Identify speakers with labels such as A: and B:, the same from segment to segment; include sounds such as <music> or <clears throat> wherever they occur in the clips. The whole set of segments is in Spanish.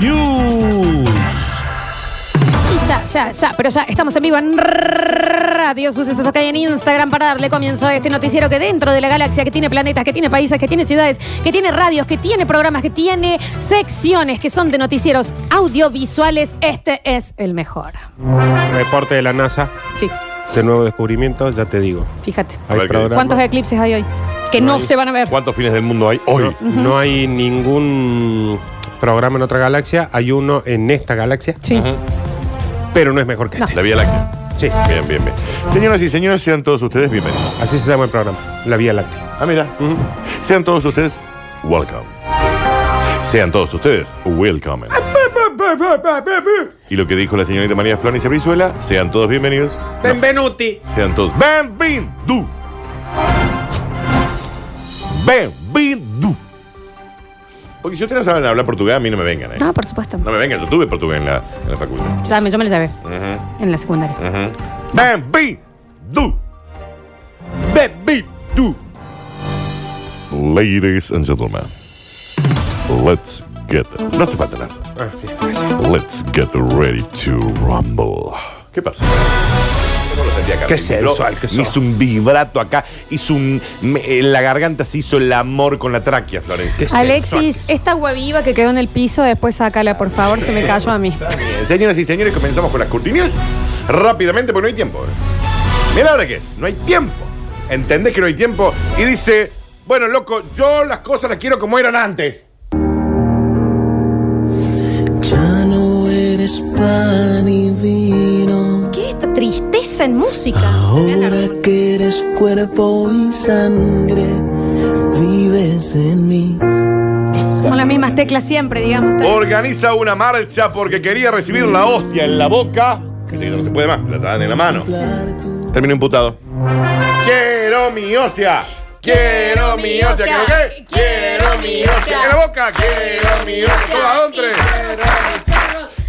A: News.
B: Y ya, ya, ya, pero ya estamos en vivo en Radio Sucesos acá en Instagram para darle comienzo a este noticiero que dentro de la galaxia, que tiene planetas, que tiene países, que tiene ciudades, que tiene radios, que tiene programas, que tiene secciones que son de noticieros audiovisuales, este es el mejor.
C: Reporte de la NASA
B: Sí,
C: de nuevo descubrimiento, ya te digo.
B: fíjate.
D: A ver qué
C: programas.
B: ¿Cuántos eclipses hay hoy? Que no,
C: hay.
B: se van a ver.
D: ¿Cuántos fines del mundo hay hoy?
C: No, no hay ningún programa en otra galaxia, hay uno en esta galaxia,
B: Sí.
C: pero no es mejor que este.
D: La Vía Láctea.
C: Sí,
D: Bien, bien, bien. Señoras y señores, sean todos ustedes bienvenidos.
C: así se llama el programa, la Vía Láctea.
D: Ah, mira. Sean todos ustedes welcome. Sean todos ustedes welcome. Y lo que dijo la señorita María Florencia Brizuela, sean todos bienvenidos.
C: Benvenuti.
D: Sean todos bienvenidos. Bienvenidos. Porque si ustedes no saben hablar portugués, a mí no me vengan. ¿eh?
B: No, por supuesto.
D: No me vengan, yo tuve portugués en la, en la facultad.
B: Dame, yo me lo llevé
D: Ujú.
B: en la secundaria.
D: Bambi-Doo. Bambi-Doo. Ladies and gentlemen, let's get. No hace falta nada.
C: Ah,
D: Let's get ready to rumble. ¿Qué pasa? ¿Cómo lo sentí acá?
C: Qué
D: Me vibró,
C: sensual que
D: me
C: sos.
D: Hizo un vibrato acá. Hizo un. me- eh, la garganta se hizo el amor con la tráquea, Florencia.
C: Qué
B: Alexis, esta guaviva que quedó en el piso, después sácala, por favor, se me cayó a mí.
D: Está bien. Señoras y señores, comenzamos con las cortinas rápidamente porque no hay tiempo. ¿eh? Mira ahora que es, no hay tiempo. ¿Entendés que no hay tiempo? Y dice, bueno, loco, yo las cosas las quiero como eran antes.
E: Ya no eres pan y vino,
B: ¿Qué esta tristeza en música?
E: ahora que eres cuerpo y sangre, vives en mí.
B: Son las mismas teclas siempre, digamos.
D: Organiza una marcha porque quería recibir la hostia en la boca. Viste que No se puede más, la dan en la mano. Termino imputado. Quiero mi hostia. Quiero mi hostia. ¿Quiero qué? Quiero mi hostia. En la boca. Quiero mi hostia. Todas ontres.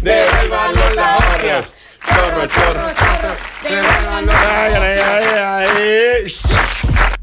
D: Devuélvanlo las hostias. Chorro, chorro, chorro. Devuélvanlo. Ay, ay, ay, ay,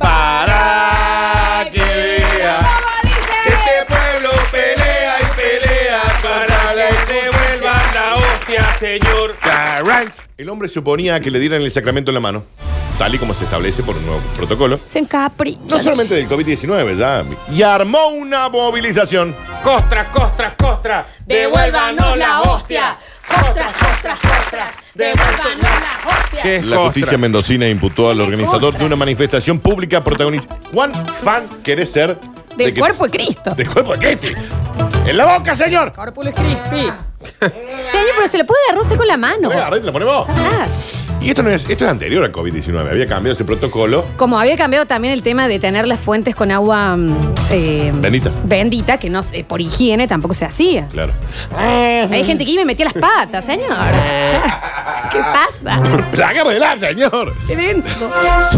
D: ay. Para que veas que este pueblo pelea y pelea para la independencia.
C: la hostia, señor.
D: El hombre se oponía a que le dieran el sacramento en la mano, tal y como se establece por un nuevo protocolo.
B: Se encaprichan.
D: No solamente del COVID-19, ya. Y armó una movilización.
C: Costra, costra, costra.
B: Devuélvanos la hostia. Costra, costra, costra. Devuélvanos la hostia.
C: ¿Qué es
D: La
C: costra?
D: justicia mendocina imputó al organizador de una manifestación pública protagonista. ¿Cuán fan querés ser? de
B: Del
D: que-
B: cuerpo de Cristo.
D: Del cuerpo de Cristi. ¡En la boca, señor!
B: Corpulus Crispy. Señor, pero se le puede agarrar usted con la mano.
D: Venga, agarrate, la ponemos.
B: Ah,
D: Y esto no es, esto es anterior al COVID-19. Había cambiado ese protocolo.
B: Como había cambiado también el tema de tener las fuentes con agua mm, eh,
D: Bendita.
B: bendita, que no sé, por higiene tampoco se hacía.
D: Claro. <laughs>
B: Hay gente que iba y metía las patas, señor. <laughs> ¿Qué pasa?
D: ¡Sácamela, señor! <laughs>
B: Qué denso.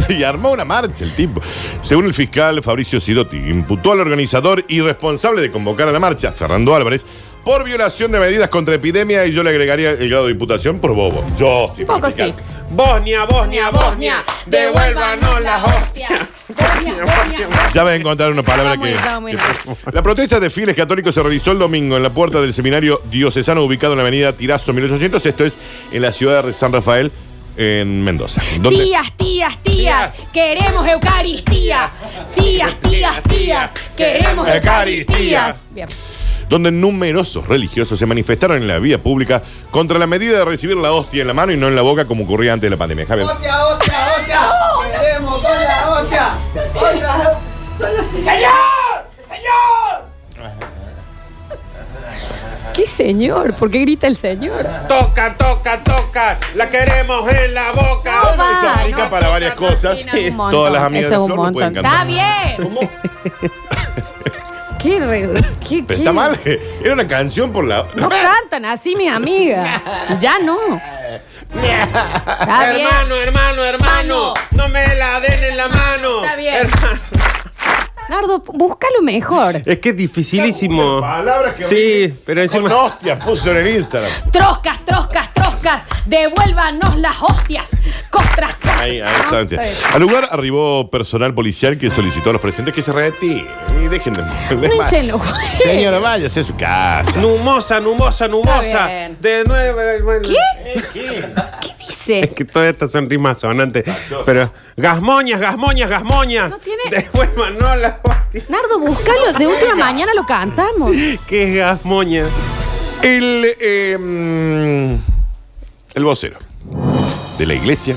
D: Y armó una marcha el tipo. Según el fiscal Fabricio Sidotti, imputó al organizador y responsable de convocar a la marcha, Fernando Álvarez, por violación de medidas contra epidemia y yo le agregaría el grado de imputación por bobo. Yo, sí.
B: Poco sí.
C: Bosnia, Bosnia, Bosnia. Devuélvanos la hostia.
B: Bosnia, Bosnia,
D: Ya voy a encontrar una palabra
B: Está muy
D: que...
B: bien, está muy bien.
D: que- La protesta de fieles católicos se realizó el domingo en la puerta del seminario diocesano ubicado en la avenida Tirazo 1800, esto es en la ciudad de San Rafael, en Mendoza. ¿Dónde?
B: Tías, tías, tías, queremos Eucaristía. Tías, tías, tías, queremos Eucaristías.
D: Eucaristías.
B: Bien.
D: donde numerosos religiosos se manifestaron en la vía pública contra la medida de recibir la hostia en la mano y no en la boca como ocurría antes de la
B: <laughs>
D: pandemia. Javier.
F: ¡Hostia, hostia, hostia! ¡Queremos con la hostia! ¡Hostia!
B: ¿Qué señor? ¿Por qué grita el señor?
C: Toca, toca, toca. La queremos en la boca.
B: No va,
D: Ah, Se aplica
B: no,
D: para varias cosas.
B: Un montón.
D: Todas las amigas
B: Eso
D: de
B: es un
D: Flor no pueden
B: montón.
D: cantar.
B: Está bien. <laughs> ¿Qué, re- qué-
D: Pero
B: qué-
D: está mal. eh. Era una canción por la. <laughs>
B: No cantan así, mi amiga. Ya no. Está Ah, bien.
C: Oh. hermano, hermano, hermano. No me la den en la hermano.
B: Nardo, búscalo mejor.
C: Es que es dificilísimo.
D: Palabras que
C: Sí, pero encima.
D: Con hostia puso en el Instagram.
B: Troscas, troscas, troscas. Devuélvanos las hostias. Costras.
D: Ahí, ahí está.
B: No sé.
D: Al lugar arribó personal policial que solicitó a los presentes que se retiren y dejen de. <laughs> de-
B: No hinchen los huevos.
D: Señora, váyase a su casa.
C: Numosa, numosa, numosa.
B: bien.
C: De nuevo. eh, bueno.
B: Eh, ¿Qué?
D: ¿Qué?
C: Es
B: Dice.
C: que todas estas son rimas sonantes.
D: Tacho.
C: Pero. Gasmoñas, gasmoñas, gasmoñas.
B: No tiene-
C: Devuelvan, no la hostia.
B: Nardo, búscalo. De última mañana lo cantamos.
C: ¿Qué es gasmoña?
D: El, eh, mm, el vocero de la iglesia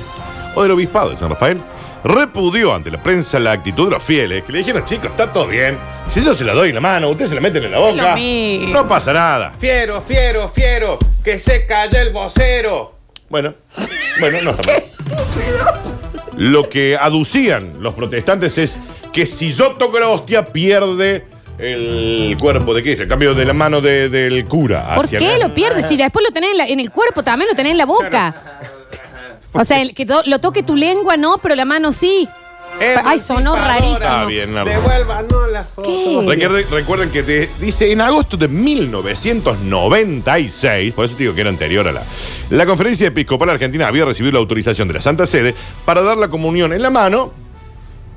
D: o del obispado de San Rafael repudió ante la prensa la actitud de los fieles que le dijeron, chicos, está todo bien. Si yo se la doy en la mano, ustedes se la meten en la
B: lo
D: boca.
B: mismo.
D: No pasa nada.
C: Fiero, fiero, fiero. Que se calla el vocero.
D: Bueno, bueno, no está mal. Lo que aducían los protestantes es que si yo toco la hostia, pierde el cuerpo de Cristo, el cambio de la mano de- del cura
B: ¿Por
D: hacia
B: qué
D: la-
B: lo pierdes? Si después lo tenés en, la- en el cuerpo, también lo tenés en la
D: <laughs>
B: boca. O sea, el que to- lo toque tu lengua no, pero la mano sí. Ay, sonó rarísimo.
D: Está Ah, bien, Nardo.
C: Devuelvan, no la hostia.
B: ¿Qué?
D: Recuerden, recuerden que de- dice en agosto de 1996, por eso te digo que era anterior a la. La conferencia episcopal argentina había recibido la autorización de la Santa Sede para dar la comunión en la mano,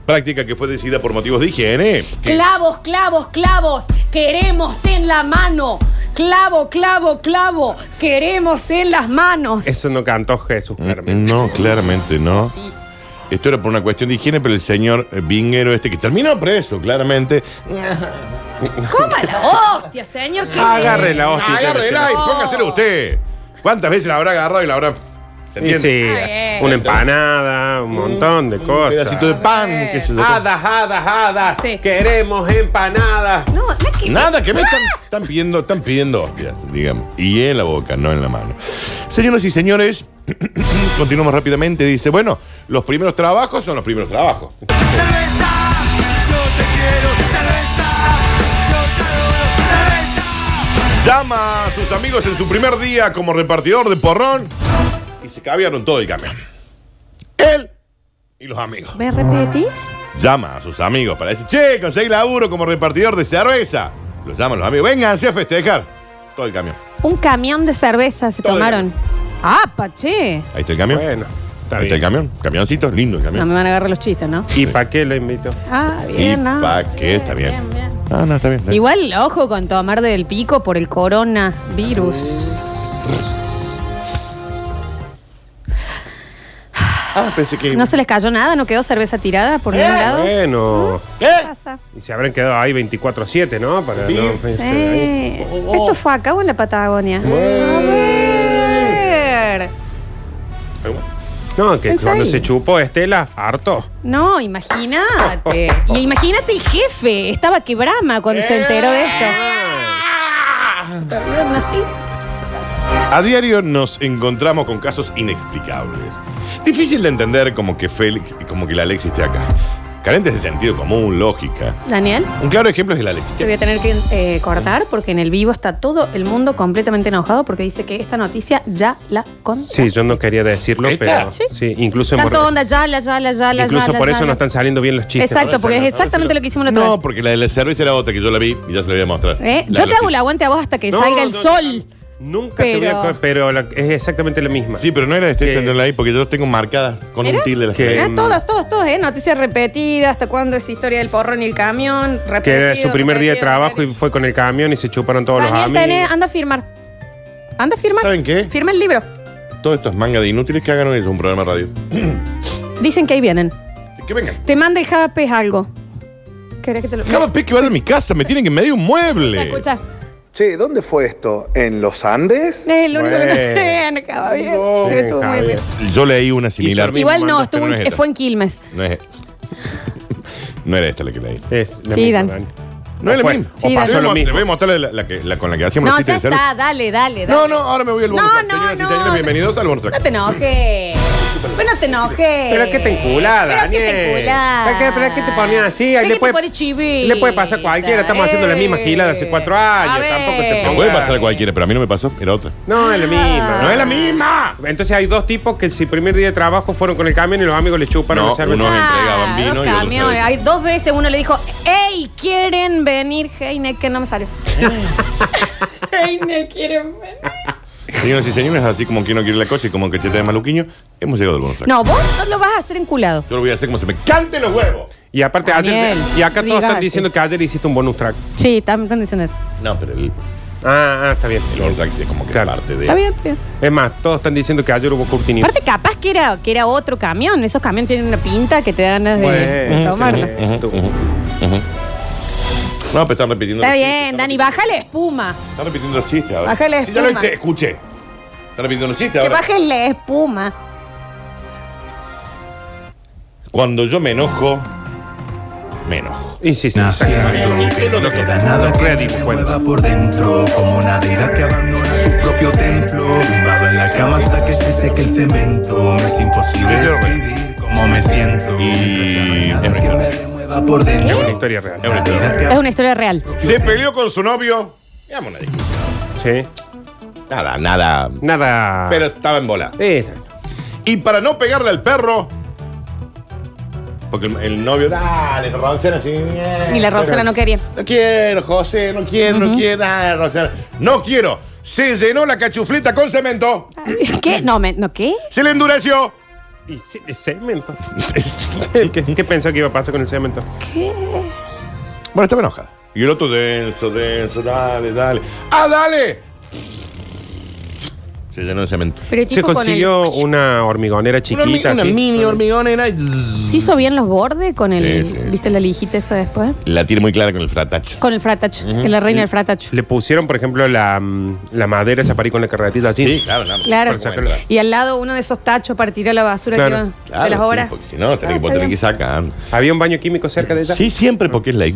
D: práctica que fue decidida por motivos de higiene. que-
B: Clavos, clavos, clavos. Queremos en la mano. Clavo, clavo, clavo. Queremos en las manos.
C: Eso no cantó Jesús,
D: Mm,
C: Carmen.
D: No, claramente no.
B: Sí.
D: Esto era por una cuestión de higiene, pero el señor eh, Vinguero este, que terminó preso, claramente.
B: Coma
D: <laughs>
B: la hostia, señor. que-
C: Agarre la hostia.
D: Agárrela y póngasela usted. ¿Cuántas veces la habrá agarrado y la habrá... ¿Se
C: Y
D: entiende?
C: sí,
B: Está bien.
C: una empanada, un montón de
D: Mm, Un
C: cosas.
D: pedacito de pan, qué sé yo.
C: Hadas, hadas, hadas.
B: Sí.
C: Queremos empanadas.
B: No, la que-
D: Nada, que me están, están pidiendo, están pidiendo hostias, digamos. Y en la boca, no en la mano. Señoras y señores, <clears throat> continuamos rápidamente. Dice, bueno, los primeros trabajos son los primeros trabajos.
G: Cerveza, yo te quiero. Cerveza, yo te adoro. Cerveza.
D: Llama a sus amigos en su primer día como repartidor de porrón y se caviaron todo el camión. Él y los amigos.
B: ¿Me repetís?
D: Llama a sus amigos para decir, che, conseguí laburo como repartidor de cerveza. Los llaman los amigos, vénganse a festejar. Todo el camión.
B: Un camión de cerveza se
D: Todo
B: tomaron. Ah, pache.
D: Ahí está el camión.
C: Bueno, está
D: Ahí está
C: bien.
D: el camión. Camioncito, lindo el
B: No
D: camión.
B: me van a agarrar los chistes, ¿no?
C: ¿Y para qué lo invito?
B: Ah,
D: Y
B: bien, ah.
D: pa' qué, está bien. Ah, no, está bien. está bien.
B: Igual, ojo con tomar del pico por el coronavirus.
D: Ah, pensé que... Eh,
B: ¿No se les cayó nada? ¿No quedó cerveza tirada por ningún lado? ¿Mm? ¿Qué
C: Bueno.
B: pasa?
C: Y se habrán quedado ahí 24-7, ¿no? Para
D: Sí.
C: no
B: Sí.
C: ahí.
B: Eh,
D: Oh,
B: Esto fue acá o en la Patagonia. A ver.
C: No, que
B: Pensá
C: cuando
B: ahí.
C: se chupó Estela, harto.
B: No, imagínate. Y imagínate el jefe. Estaba que brama cuando se enteró de
D: Eh.
B: esto.
D: A diario nos encontramos con casos inexplicables. Difícil de entender como que Félix, como que la Alexis esté acá. Carentes de sentido común, lógica.
B: Daniel,
D: Un claro ejemplo es el Alexis.
B: te voy a tener que eh, cortar porque en el vivo está todo el mundo completamente enojado porque dice que esta noticia ya la contó.
C: Sí, yo no quería decirlo,
D: ¿Está?
C: pero
D: Sí.
C: sí, incluso
B: Está
C: hemos-
B: todo onda, ya la, ya la, ya la,
C: incluso
B: ya la,
C: por
B: ya
C: eso
B: la.
C: no están saliendo bien los chistes.
B: Exacto, porque es
D: Ahora sí,
B: exactamente lo que hicimos la otra
D: No,
B: vez.
D: porque la de la cerveza era otra que yo la vi y ya se la voy a mostrar.
B: ¿Eh? Yo
D: La
B: te hago
D: Alexis.
B: el aguante a vos hasta que
C: No,
B: salga el
C: no,
B: sol.
C: Nunca
B: Pero-
C: te voy a co- pero la- es exactamente la misma.
D: Sí, pero no era este,
C: Que-
D: esta no la vi porque yo tengo marcadas con
B: ¿Era?
D: un tilde las
C: Que-
D: que-
B: Ah, todos, todos, todos, ¿eh? Noticias repetidas, hasta cuándo es historia del porrón y el camión. Repetido,
C: que era su primer día de
B: repetido,
C: trabajo y
B: repetido.
C: fue con el camión y se chuparon todos los
B: Daniel,
C: amigos.
B: tené, anda a firmar. Anda a firmar.
D: ¿Saben qué?
B: Firma el libro.
D: Todos estos mangas de inútiles que hagan hoy es un programa de radio.
B: Dicen que ahí vienen.
D: Que vengan.
B: Te manda el JP algo. ¿Querés que te lo
D: Cada vez que vaya a mi casa me tienen que medir un mueble.
B: Escucha, escucha.
H: Che, ¿dónde fue esto? ¿En los Andes?
B: Es el único que no
C: Bueno.
B: Bien, Javier.
C: Bien,
B: Estuvo muy
C: Javier.
B: bien.
D: Yo leí una similar.
C: Hizo
B: Igual no,
D: Mandas,
B: estuvo
D: pero
B: en-
D: es esta.
B: fue en Quilmes.
D: No es. <laughs> no era esta la que leí.
C: Es la
B: Sí,
C: misma,
B: Dan.
C: Dani.
D: No
C: O
D: es la
C: fue-
D: misma.
B: Sí,
C: O
B: Dan.
C: pasó
D: Yo le
C: lo
D: mo- le
C: mismo.
D: voy a mostrar la, la que- la con la que hacíamos
B: No,
D: los
B: ya
D: chistes de
B: está, dale, dale. dale.
D: No, no, ahora me voy al bonus
B: No,
D: track,
B: no,
D: señoras y
B: no.
D: señores. Bienvenidos al bonus
B: No
D: track.
B: te enojes. Pero no te enojes.
C: Pero qué te enculada,
B: Pero qué te
C: Daniel.
B: enculada.
C: Pero qué- pero qué te ponían así, ahí
B: Pero
C: le
B: que
C: puede-
B: te pone chivita.
C: le puede pasar a cualquiera, estamos haciendo la misma gilada hace cuatro años,
B: A ver.
C: tampoco te
D: Me
C: pongas-
D: puede pasar a cualquiera, pero a mí no me pasó. Era otra.
C: No, es la misma.
D: ¡No es la misma!
C: Entonces hay dos tipos que si primer día de trabajo fueron con el camión y los amigos le chuparon
D: No,
C: la cerveza.
D: uno-
B: Claro,
D: entregaban vino
B: dos
D: y otros
B: Ah, camiones.
D: cerveza.
B: Hay dos veces uno le dijo, hey, ¿quieren venir? Heineken no me
C: <laughs>
B: salió. <laughs> Heineken, ¿quieren venir?
D: Señoras y señores, así como que no quiere la cosa y como cachete de maluquiño, hemos llegado al bonus track.
B: No, vos no lo vas a hacer enculado.
D: Yo lo voy a hacer como se me canten los huevos.
C: Y aparte, ayer-
B: Daniel,
C: y acá todos
B: digas
C: están
B: así.
C: diciendo que ayer hiciste un bonus track.
B: Sí, están están diciendo eso.
D: No, pero el,
C: Ah, ah, está bien.
D: el bonus track es como que
C: Claro.
D: parte
B: Está
D: de.
B: bien, tío.
C: Es más, todos están diciendo que ayer hubo curtinismo.
B: Aparte, capaz que era, que era otro camión. Esos camiones tienen una pinta que te dan ganas de
C: Bueno,
B: tomarla.
C: sí. Tú.
D: No, pero están repitiendo.
B: Está
D: los chistes,
B: bien,
D: están
B: Dani,
D: repitiendo-
B: baja la espuma.
D: Están repitiendo los chistes ahora.
B: Bájale
D: Si ya lo
B: espuma.
D: te- escuché. Están repitiendo los chistes
B: Que
D: ahora.
B: bajes la espuma.
D: Cuando yo me enojo, me enojo.
C: Y sí, sí.
I: Nací adentro,
D: lo
I: no
D: que-
I: queda nada que me envuelva por dentro Como una deidad que abandona su propio templo Tumbado en la cama hasta que se seque el cemento Me es imposible
D: Yo creo que-
I: escribir cómo me siento
D: Y-
I: No hay nada que me remueva por dentro
C: Es una historia real.
D: Es una historia.
I: que
B: Es una historia
C: <laughs>
B: real.
D: Se peleó con su novio. Veamos una discusión.
C: Sí.
D: Nada, nada.
C: Nada.
D: Pero estaba en bola.
C: Eh,
D: Y para no pegarle al perro. Porque el, el novio, dale, Roxana, sí.
B: Y la Roxana no quería.
D: No quiero, José, no quiero, no quiero, ah, Roxana. No quiero. Se llenó la cachufleta con cemento.
B: ¿Qué? No, me, no, ¿qué?
D: Se le endureció.
C: y sí, el cemento. <laughs> ¿Qué, qué pensó que iba a pasar con el cemento?
D: <laughs> Bueno, estaba enojada. Y el otro denso, denso, dale, dale. ¡Ah, dale! Se llenó de cemento.
B: Pero el
C: Se
B: tipo con el.
C: consiguió una hormigonera chiquita.
D: una mi- una
C: así.
D: mini hormigonera.
B: ¿Se hizo bien los bordes con el.
D: Sí, sí.
B: ¿Viste la lijita esa después?
D: La tiene muy clara con el fratacho.
B: Con el fratach. Que la reina del fratach.
C: Le pusieron, por ejemplo, la, mm, la madera esa para ir con la carretita así.
D: Sí, claro, nada más.
B: Claro.
D: Para sacarla.
B: Y al lado uno de esos tachos para tirar la basura
C: Claro.
B: que va
D: Claro,
B: de las
D: sí,
B: obras. Ah,
D: porque si no, tenés que, vos tenés que ir sacando.
C: ¿Había un baño químico cerca de ella?
D: Sí, siempre porque es ley.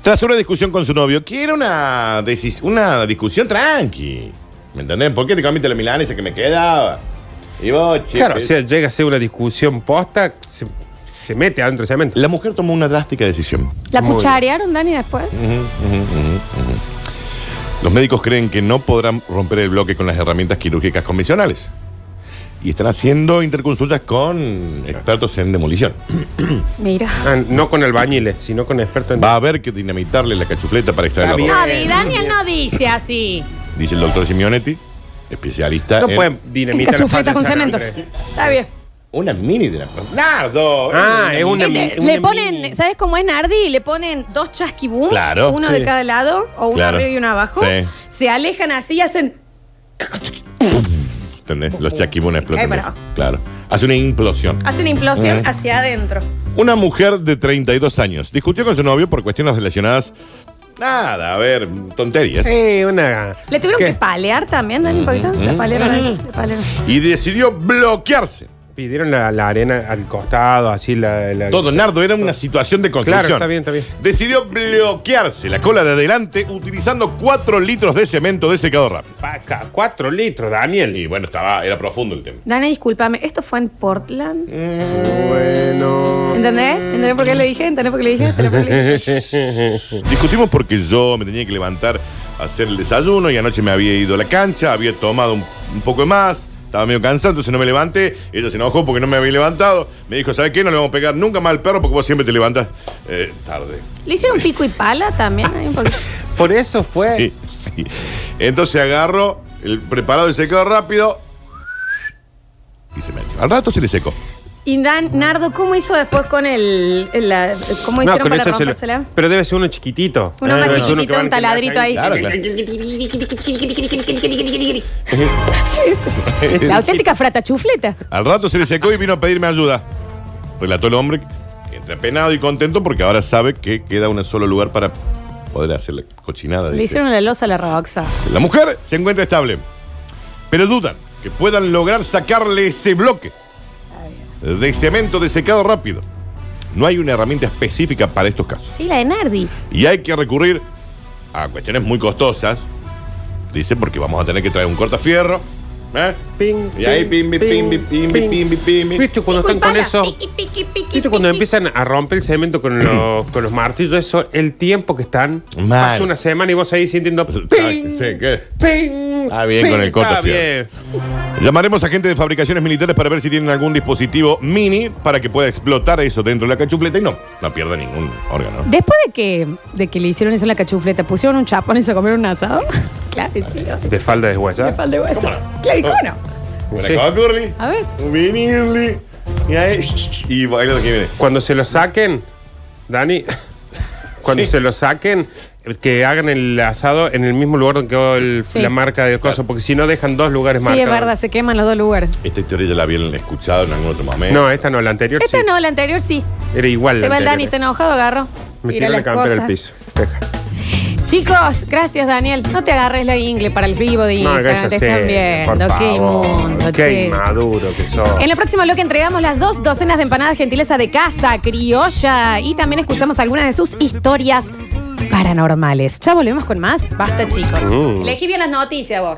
D: Tras una discusión con su novio, que era una, decis- una discusión tranqui. ¿Me entendés? ¿Por qué te comiste la milanesa que me quedaba? Y vos, che,
C: Claro, o
D: te-
C: sea, llega a ser una discusión posta, se, se mete adentro del cemento.
D: La mujer tomó una drástica decisión.
B: ¿La
C: Muy
B: cucharearon, Dani, después?
D: Los médicos creen que no podrán romper el bloque con las herramientas quirúrgicas convencionales. Y están haciendo interconsultas con expertos en demolición.
B: Mira.
C: Ah, no con albañiles, sino con expertos en...
D: Va a haber que dinamitarle la cachufleta para extraer la
C: Está
D: ropa,
B: No,
C: Bien,
B: di, Daniel
C: bien.
B: no dice así.
D: dice el doctor Simeonetti, especialista
C: No
D: en...
C: pueden dinamitar la
B: Cachufletas con
C: falla de
B: cemento.
C: sangre.
B: Está bien.
D: Una mini dinamitar. ¡Nardo!
C: Ah, es una...
B: Le,
C: una
B: le ponen,
C: mini-
B: ¿sabes cómo es Nardi? Le ponen dos chasquibum,
D: Claro,
B: uno
D: sí.
B: de cada lado, o uno
D: Claro.
B: arriba y uno abajo.
D: Sí.
B: Se alejan así y hacen.
C: Uh,
D: ¿Entendés? Los chaquibunes explotan.
B: Ahí
D: eso.
B: para.
D: Claro. Hace una implosión.
B: Hace una implosión
C: Mm.
B: hacia adentro.
D: Una mujer de 32 años discutió con su novio por cuestiones relacionadas. Nada, a ver, tonterías.
C: Eh, una...
B: ¿Le tuvieron
C: ¿Qué? Mm,
B: que palear también, Dani, un poquito? Le palearon, le palearon.
D: Y decidió bloquearse.
C: Pidieron la, la arena al costado, así la... la-
D: Todo, Nardo, era una situación de construcción.
C: Claro, está bien, está bien.
D: Decidió bloquearse la cola de adelante utilizando 4 litros de cemento de secador rápido.
C: Paca, cuatro litros, Daniel.
D: Y bueno, estaba, era profundo el tema.
B: Dani, discúlpame, esto fue en Portland.
C: Bueno...
B: ¿Entendés? ¿Entendés por qué le dije? ¿Entendés por qué le dije? ¿Entendés por qué le dije?
C: <laughs>
D: Discutimos porque yo me tenía que levantar a hacer el desayuno y anoche me había ido a la cancha, había tomado un, un poco de más, estaba medio cansado, entonces no me levanté. Ella se enojó porque no me había levantado. Me dijo, ¿sabes qué? No le vamos a pegar nunca más al perro porque vos siempre te levantas eh, tarde.
B: ¿Le hicieron pico y pala también? ahí un poquito?
C: Por eso fue...
D: Sí, sí. Entonces agarro el preparado de secado rápido y se metió. Al rato se le secó.
B: Y Dan, Nardo, ¿cómo hizo después con el. el- la- ¿Cómo
C: No,
B: hicieron
C: con
B: para
C: eso se lo-
B: rompérsela?
C: Pero debe ser uno chiquitito.
B: Eh, Uno
C: Debe
B: más
C: ser uno que
B: chiquitito,
C: van
B: un
C: a quedarse
B: taladrito ahí. <laughs>
D: Claro, claro. <laughs>
B: La auténtica frata chufleta.
D: Al rato se le secó y vino a pedirme ayuda. Relató el hombre, entre penado y contento porque ahora sabe que queda un solo lugar para poder hacer la cochinada.
B: Le
D: dice.
B: hicieron la losa a la Roxa.
D: La mujer se encuentra estable, pero dudan que puedan lograr sacarle ese bloque de cemento de secado rápido. No hay una herramienta específica para estos casos.
B: Sí, la de Nardi.
D: Y hay que recurrir a cuestiones muy costosas. Dice, porque vamos a tener que traer un cortafierro, ¿Eh?
C: Ping,
D: Y ahí pimbi, pimbi, pimbi, pimbi, pimbi.
C: ¿Viste cuando están con
B: Pala,
C: eso?
B: piqui, piqui, piqui,
C: ¿Viste cuando
B: piqui.
C: empiezan a romper el cemento con los, <coughs> con los martillos? Eso, el tiempo que están.
J: Mal.
C: Pasa una semana y vos ahí sintiendo. ¡Ping!
D: Sí, ¿qué?
C: ¡Ping!
J: Ah, bien,
C: ping,
J: con el corto
C: está
J: fiel.
C: bien.
D: Llamaremos a gente de fabricaciones militares para ver si tienen algún dispositivo mini para que pueda explotar eso dentro de la cachufleta y no, no pierda ningún órgano.
B: Después de que, de que le hicieron eso en la cachufleta, ¿pusieron un chapón y se comieron un asado? <laughs> claro, que sí. o sea,
C: De falda desguayada.
B: falta de hueso.
D: ¿Cómo no?
B: Claro, ¿cómo no?
D: Una
C: Sí.
D: cosa curly,
B: A ver.
D: un vinili, y ahí, y baila lo que viene.
C: Cuando se lo saquen, Dani, <laughs> cuando
D: Sí.
C: se lo saquen, que hagan el asado en el mismo lugar donde quedó el-
B: Sí.
C: la marca de cosas, porque si no dejan dos lugares
B: Sí,
C: marcados.
B: es verdad, se queman los dos lugares.
D: Esta historia ya la habían escuchado en algún otro momento.
C: No, esta no, la anterior
B: Esta
C: sí.
B: no, la anterior sí.
C: Era igual.
B: Se
C: la
B: va el Dani,
C: anterior.
B: está enojado, agarro.
C: Me
B: Tira
C: tiró
B: las
C: la campera al
B: cosas.
C: piso. Deja.
B: Chicos, gracias Daniel. No te agarres la ingle para el vivo de
C: No,
B: Instagram.
C: gracias
B: te
C: a
B: están
C: por
B: viendo. Qué
C: favor.
B: inmundo,
C: Qué
B: che.
C: inmaduro que sos.
B: En la próxima lo que entregamos las dos docenas de empanadas gentileza de casa, criolla. Y también escuchamos algunas de sus historias paranormales. Ya volvemos con más. Basta, chicos.
C: Mm.
B: Elegí bien las noticias vos.